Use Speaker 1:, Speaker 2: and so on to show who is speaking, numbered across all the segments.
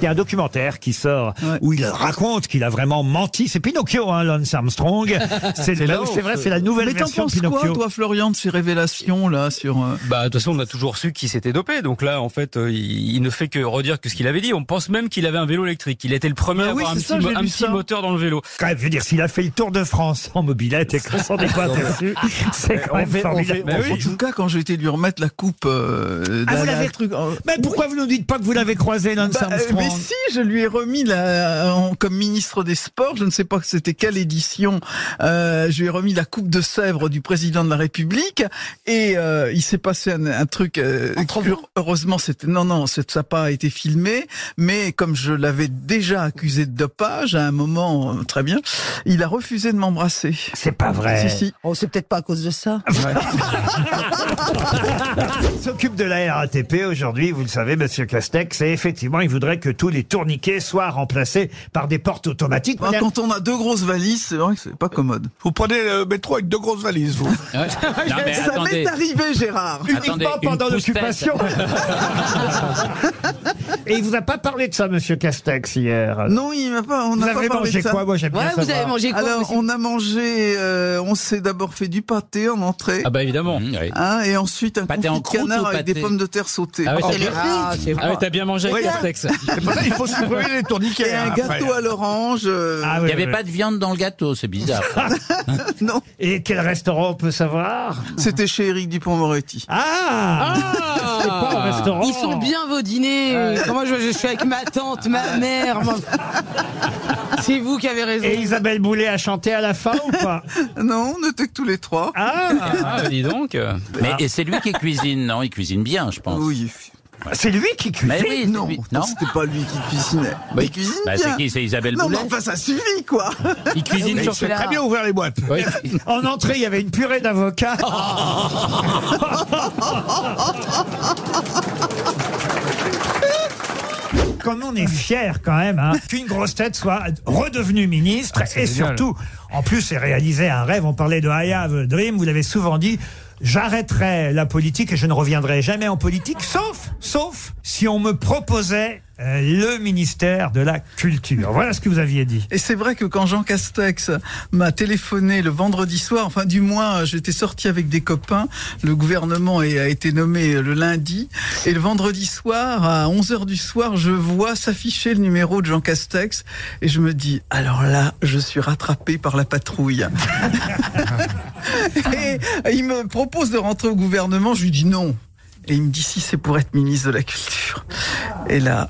Speaker 1: Il y a un documentaire qui sort où il raconte qu'il a vraiment menti. C'est Pinocchio, hein, Lance Armstrong. C'est
Speaker 2: C'est
Speaker 1: bah
Speaker 2: là
Speaker 1: oui,
Speaker 2: où
Speaker 1: c'est vrai,
Speaker 2: se-
Speaker 1: c'est la nouvelle
Speaker 2: Mais t'en
Speaker 1: version de
Speaker 2: penses quoi,
Speaker 1: Pinocchio.
Speaker 2: toi, Florian, de ces révélations-là sur... euh,
Speaker 3: Bah, de toute façon, on a toujours su qu'il s'était dopé. Donc là, en fait, euh, il, il ne fait que redire que ce qu'il avait dit. On pense même qu'il avait un vélo électrique. Il était le premier
Speaker 2: Ah
Speaker 3: à
Speaker 2: oui,
Speaker 3: avoir un
Speaker 2: c'est
Speaker 3: petit,
Speaker 2: ça,
Speaker 3: mo-
Speaker 2: j'ai
Speaker 3: un
Speaker 2: lu
Speaker 3: petit
Speaker 2: ça.
Speaker 3: moteur dans le vélo.
Speaker 1: Quand même, je veux dire, s'il a fait le Tour de France en mobilette et qu'on s'en est pas aperçu, c'est quand
Speaker 4: on
Speaker 1: même
Speaker 4: fait- on fait-
Speaker 1: formidable.
Speaker 3: Mais
Speaker 2: En
Speaker 3: oui.
Speaker 2: tout cas, quand j'ai été lui remettre la coupe... euh,
Speaker 1: Ah,
Speaker 2: la-
Speaker 1: vous
Speaker 2: la-
Speaker 1: l'avez
Speaker 2: truc, euh,
Speaker 1: Mais pourquoi vous ne dites pas que vous l'avez croisé, Lance
Speaker 2: Bah, euh,
Speaker 1: Armstrong
Speaker 2: mais si, je lui ai remis la, en- comme ministre des Sports, je ne sais pas c'était quelle édition, euh, je lui ai remis la Coupe de Sèvres du président de la République et euh, il s'est passé un, un truc. euh, heure- heureusement, c'était non, non, c'est- ça n'a pas été filmé, mais comme je l'avais déjà accusé de dopage à un moment, euh, très bien, il a refusé de m'embrasser.
Speaker 1: C'est pas vrai.
Speaker 2: Si, si.
Speaker 4: Oh, c'est peut-être pas à cause de ça.
Speaker 1: s'occupe de la RATP aujourd'hui, vous le savez, Monsieur Castex, et effectivement, il voudrait que tous les tourniquets soient remplacés par des portes automatiques.
Speaker 2: Ah, Quand on a deux grosses valises, c'est vrai que c'est pas commode.
Speaker 5: Vous prenez le métro avec deux grosses valises, vous.
Speaker 6: Non, mais
Speaker 2: ça m'est
Speaker 6: attendez,
Speaker 2: arrivé, Gérard.
Speaker 6: attendez,
Speaker 1: Uniquement
Speaker 6: une
Speaker 1: pendant
Speaker 6: pousse-tête.
Speaker 1: l'occupation. et il vous a pas parlé de ça, Monsieur Castex, hier.
Speaker 2: Non, il m'a pas. On
Speaker 1: vous
Speaker 2: n'a pas
Speaker 1: avez
Speaker 2: parlé
Speaker 1: mangé
Speaker 2: de ça.
Speaker 1: quoi Moi, j'aime bien
Speaker 7: Ouais, vous
Speaker 1: savoir.
Speaker 7: avez mangé quoi
Speaker 2: Alors,
Speaker 7: monsieur
Speaker 2: on a mangé, euh, on s'est d'abord fait du pâté en entrée,
Speaker 3: Ah bah évidemment.
Speaker 6: Mmh, oui.
Speaker 2: hein, et ensuite un
Speaker 6: Pâté
Speaker 2: confit
Speaker 6: en
Speaker 2: de
Speaker 6: croûte ou
Speaker 2: canard avec
Speaker 6: pâté
Speaker 2: des pommes de terre sautées.
Speaker 3: Ah ouais,
Speaker 6: Oh,
Speaker 3: t'as bien,
Speaker 6: ah, c'est
Speaker 3: ah ouais,
Speaker 6: vrai.
Speaker 3: t'as bien mangé avec Castex.
Speaker 5: C'est pour ça qu'il faut supprimer les tourniquets.
Speaker 2: et un
Speaker 5: hein,
Speaker 2: gâteau
Speaker 5: après.
Speaker 2: à l'orange. euh,
Speaker 1: Ah,
Speaker 6: Il
Speaker 1: oui,
Speaker 6: n'y avait
Speaker 1: oui,
Speaker 6: pas
Speaker 1: oui.
Speaker 6: de viande dans le gâteau, c'est bizarre.
Speaker 2: Non,
Speaker 1: Et quel restaurant on peut savoir
Speaker 2: c'était chez Éric Dupont-Moretti.
Speaker 1: Ah, C'est pas un restaurant.
Speaker 7: Ils sont bien vos dîners. euh, Moi, je, je suis avec ma tante, ma mère. moi. C'est vous qui avez raison.
Speaker 1: Et Isabelle Boulet a chanté à la fin ou pas
Speaker 2: Non, on était que tous les trois.
Speaker 1: Ah
Speaker 3: Ah, bah dis donc.
Speaker 6: Mais et c'est lui qui cuisine, non Il cuisine bien, je pense.
Speaker 2: Oui.
Speaker 1: C'est lui qui cuisine.
Speaker 6: Mais oui, c'est
Speaker 2: Non,
Speaker 6: lui.
Speaker 2: non,
Speaker 6: non.
Speaker 2: c'était pas lui qui cuisinait.
Speaker 6: Bah,
Speaker 2: il cuisine
Speaker 6: bah,
Speaker 2: bien.
Speaker 6: c'est qui C'est Isabelle
Speaker 2: non, mais
Speaker 6: Boulet
Speaker 2: enfin, ça suffit, quoi.
Speaker 3: Il cuisine
Speaker 5: Mais
Speaker 3: sur
Speaker 5: il
Speaker 3: ce...
Speaker 5: sait très bien ouvrir les boîtes.
Speaker 3: Ouais.
Speaker 1: En entrée, il y avait une purée d'avocat. Comme on est fiers quand même hein, qu'une grosse tête soit redevenue ministre et surtout, en plus, c'est réaliser un rêve. On parlait de I have a dream, vous l'avez souvent dit. J'arrêterai la politique et je ne reviendrai jamais en politique, sauf, sauf si on me proposait euh, le ministère de la Culture. Voilà ce que vous aviez dit.
Speaker 2: Et c'est vrai que quand Jean Castex m'a téléphoné le vendredi soir, enfin du moins euh, j'étais sorti avec des copains, le gouvernement est- a été nommé euh, le lundi, et le vendredi soir, à 11h du soir, je vois s'afficher le numéro de Jean Castex, et je me dis, alors là, je suis rattrapé par la patrouille. et il me propose de rentrer au gouvernement, je lui dis non. Et il me dit, si c'est pour être ministre de la Culture. Et là,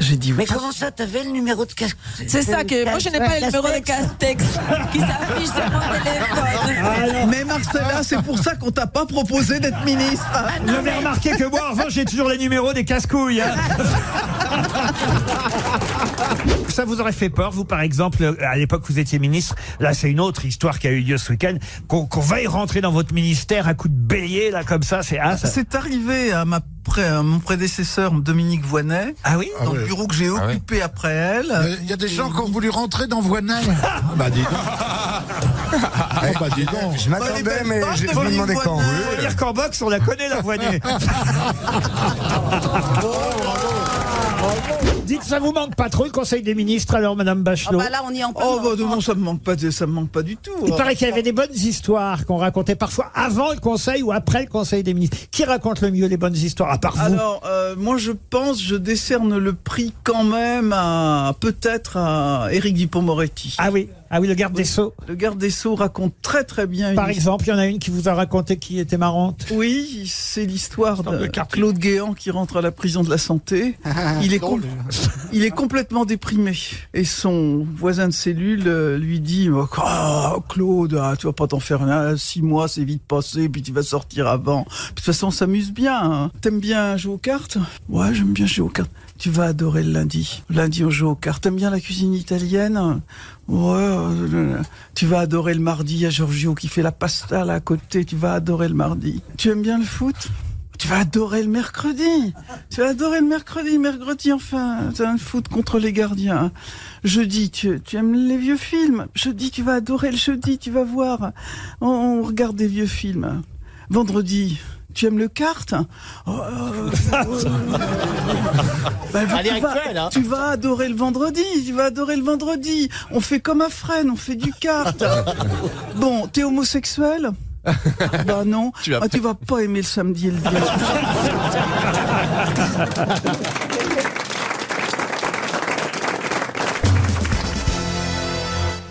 Speaker 2: j'ai dit oui.
Speaker 4: Mais comment ça, t'avais le numéro de casque
Speaker 8: C'est ça que moi je n'ai pas le numéro de Castex qui s'affiche sur mon téléphone.
Speaker 2: Mais Marcella, c'est pour ça qu'on t'a pas proposé d'être ministre.
Speaker 1: Vous avez remarqué que moi, en revanche, j'ai toujours les numéros des casse-couilles. hein. Ça vous aurait fait peur, vous, par exemple, euh, à l'époque où vous étiez ministre. Là, c'est une autre histoire qui a eu lieu ce week-end. Qu'on qu'on veuille rentrer dans votre ministère à coups de bélier, là, comme ça, c'est... Ah, ça-
Speaker 2: C'est arrivé à, ma pré- à mon prédécesseur Dominique Voinet,
Speaker 1: ah oui
Speaker 2: dans le bureau que j'ai
Speaker 5: ouais.
Speaker 2: occupé après elle.
Speaker 5: Il Euh, y a des gens qui ont voulu rentrer dans Voinel.
Speaker 2: Ah,
Speaker 5: bah dis donc. bah dis donc. Je
Speaker 2: m'attendais, Bah, les mais belles j'ai- je me femmes, demandais Dominique quand. Voynet.
Speaker 1: Faut dire qu'en boxe, on la connaît, la voinée. Dites, ça vous manque pas trop, le Conseil des ministres, alors, Madame Bachelot
Speaker 8: Bah là on y est en plein
Speaker 2: Oh
Speaker 8: dedans.
Speaker 2: bah non, ça me manque pas, de- ça me manque pas du tout.
Speaker 1: Il paraît qu'il y avait des bonnes histoires qu'on racontait parfois avant le conseil ou après le conseil des ministres. Qui raconte le mieux les bonnes histoires à part vous
Speaker 2: Alors, euh, moi, je pense, je décerne le prix quand même à peut-être à Éric Dupont-Moretti.
Speaker 1: Ah oui, ah oui, le garde des sceaux.
Speaker 2: Le garde des sceaux raconte très très bien. Une
Speaker 1: Par
Speaker 2: histoire.
Speaker 1: exemple, il y en a une qui vous a raconté qui était marrante.
Speaker 2: Oui, c'est l'histoire de,
Speaker 5: de quartier.
Speaker 2: Claude Guéant qui rentre à la prison de la santé. Il est, com- il est complètement déprimé. Et son voisin de cellule euh, lui dit Oh, Claude, ah, tu vas pas t'en faire un, six mois, c'est vite passé, puis tu vas sortir avant. Puis, de toute façon, on s'amuse bien. hein. T'aimes bien jouer aux cartes Ouais, j'aime bien jouer aux cartes. Tu vas adorer le lundi. Lundi, on joue aux cartes. T'aimes bien la cuisine italienne Ouais. euh, Tu vas adorer le mardi. Il y a Giorgio qui fait la pasta là à côté. Tu vas adorer le mardi. Tu aimes bien le foot tu vas adorer le mercredi. Tu vas adorer le mercredi. Mercredi, enfin, c'est un foot contre les gardiens. Jeudi, tu, tu aimes les vieux films. Jeudi, tu vas adorer le jeudi. Tu vas voir. On, on regarde des vieux films. Vendredi, Tu aimes le kart Oh, euh, euh, bah,
Speaker 9: Elle est
Speaker 2: tu, vas,
Speaker 9: actuelle, hein.
Speaker 2: tu vas adorer le vendredi, tu vas adorer le vendredi. On fait comme à Fresnes, on fait du kart. bon, t'es homosexuel Bah non. Ah, Tu
Speaker 9: vas-
Speaker 2: vas, vas pas aimer le samedi et le dimanche.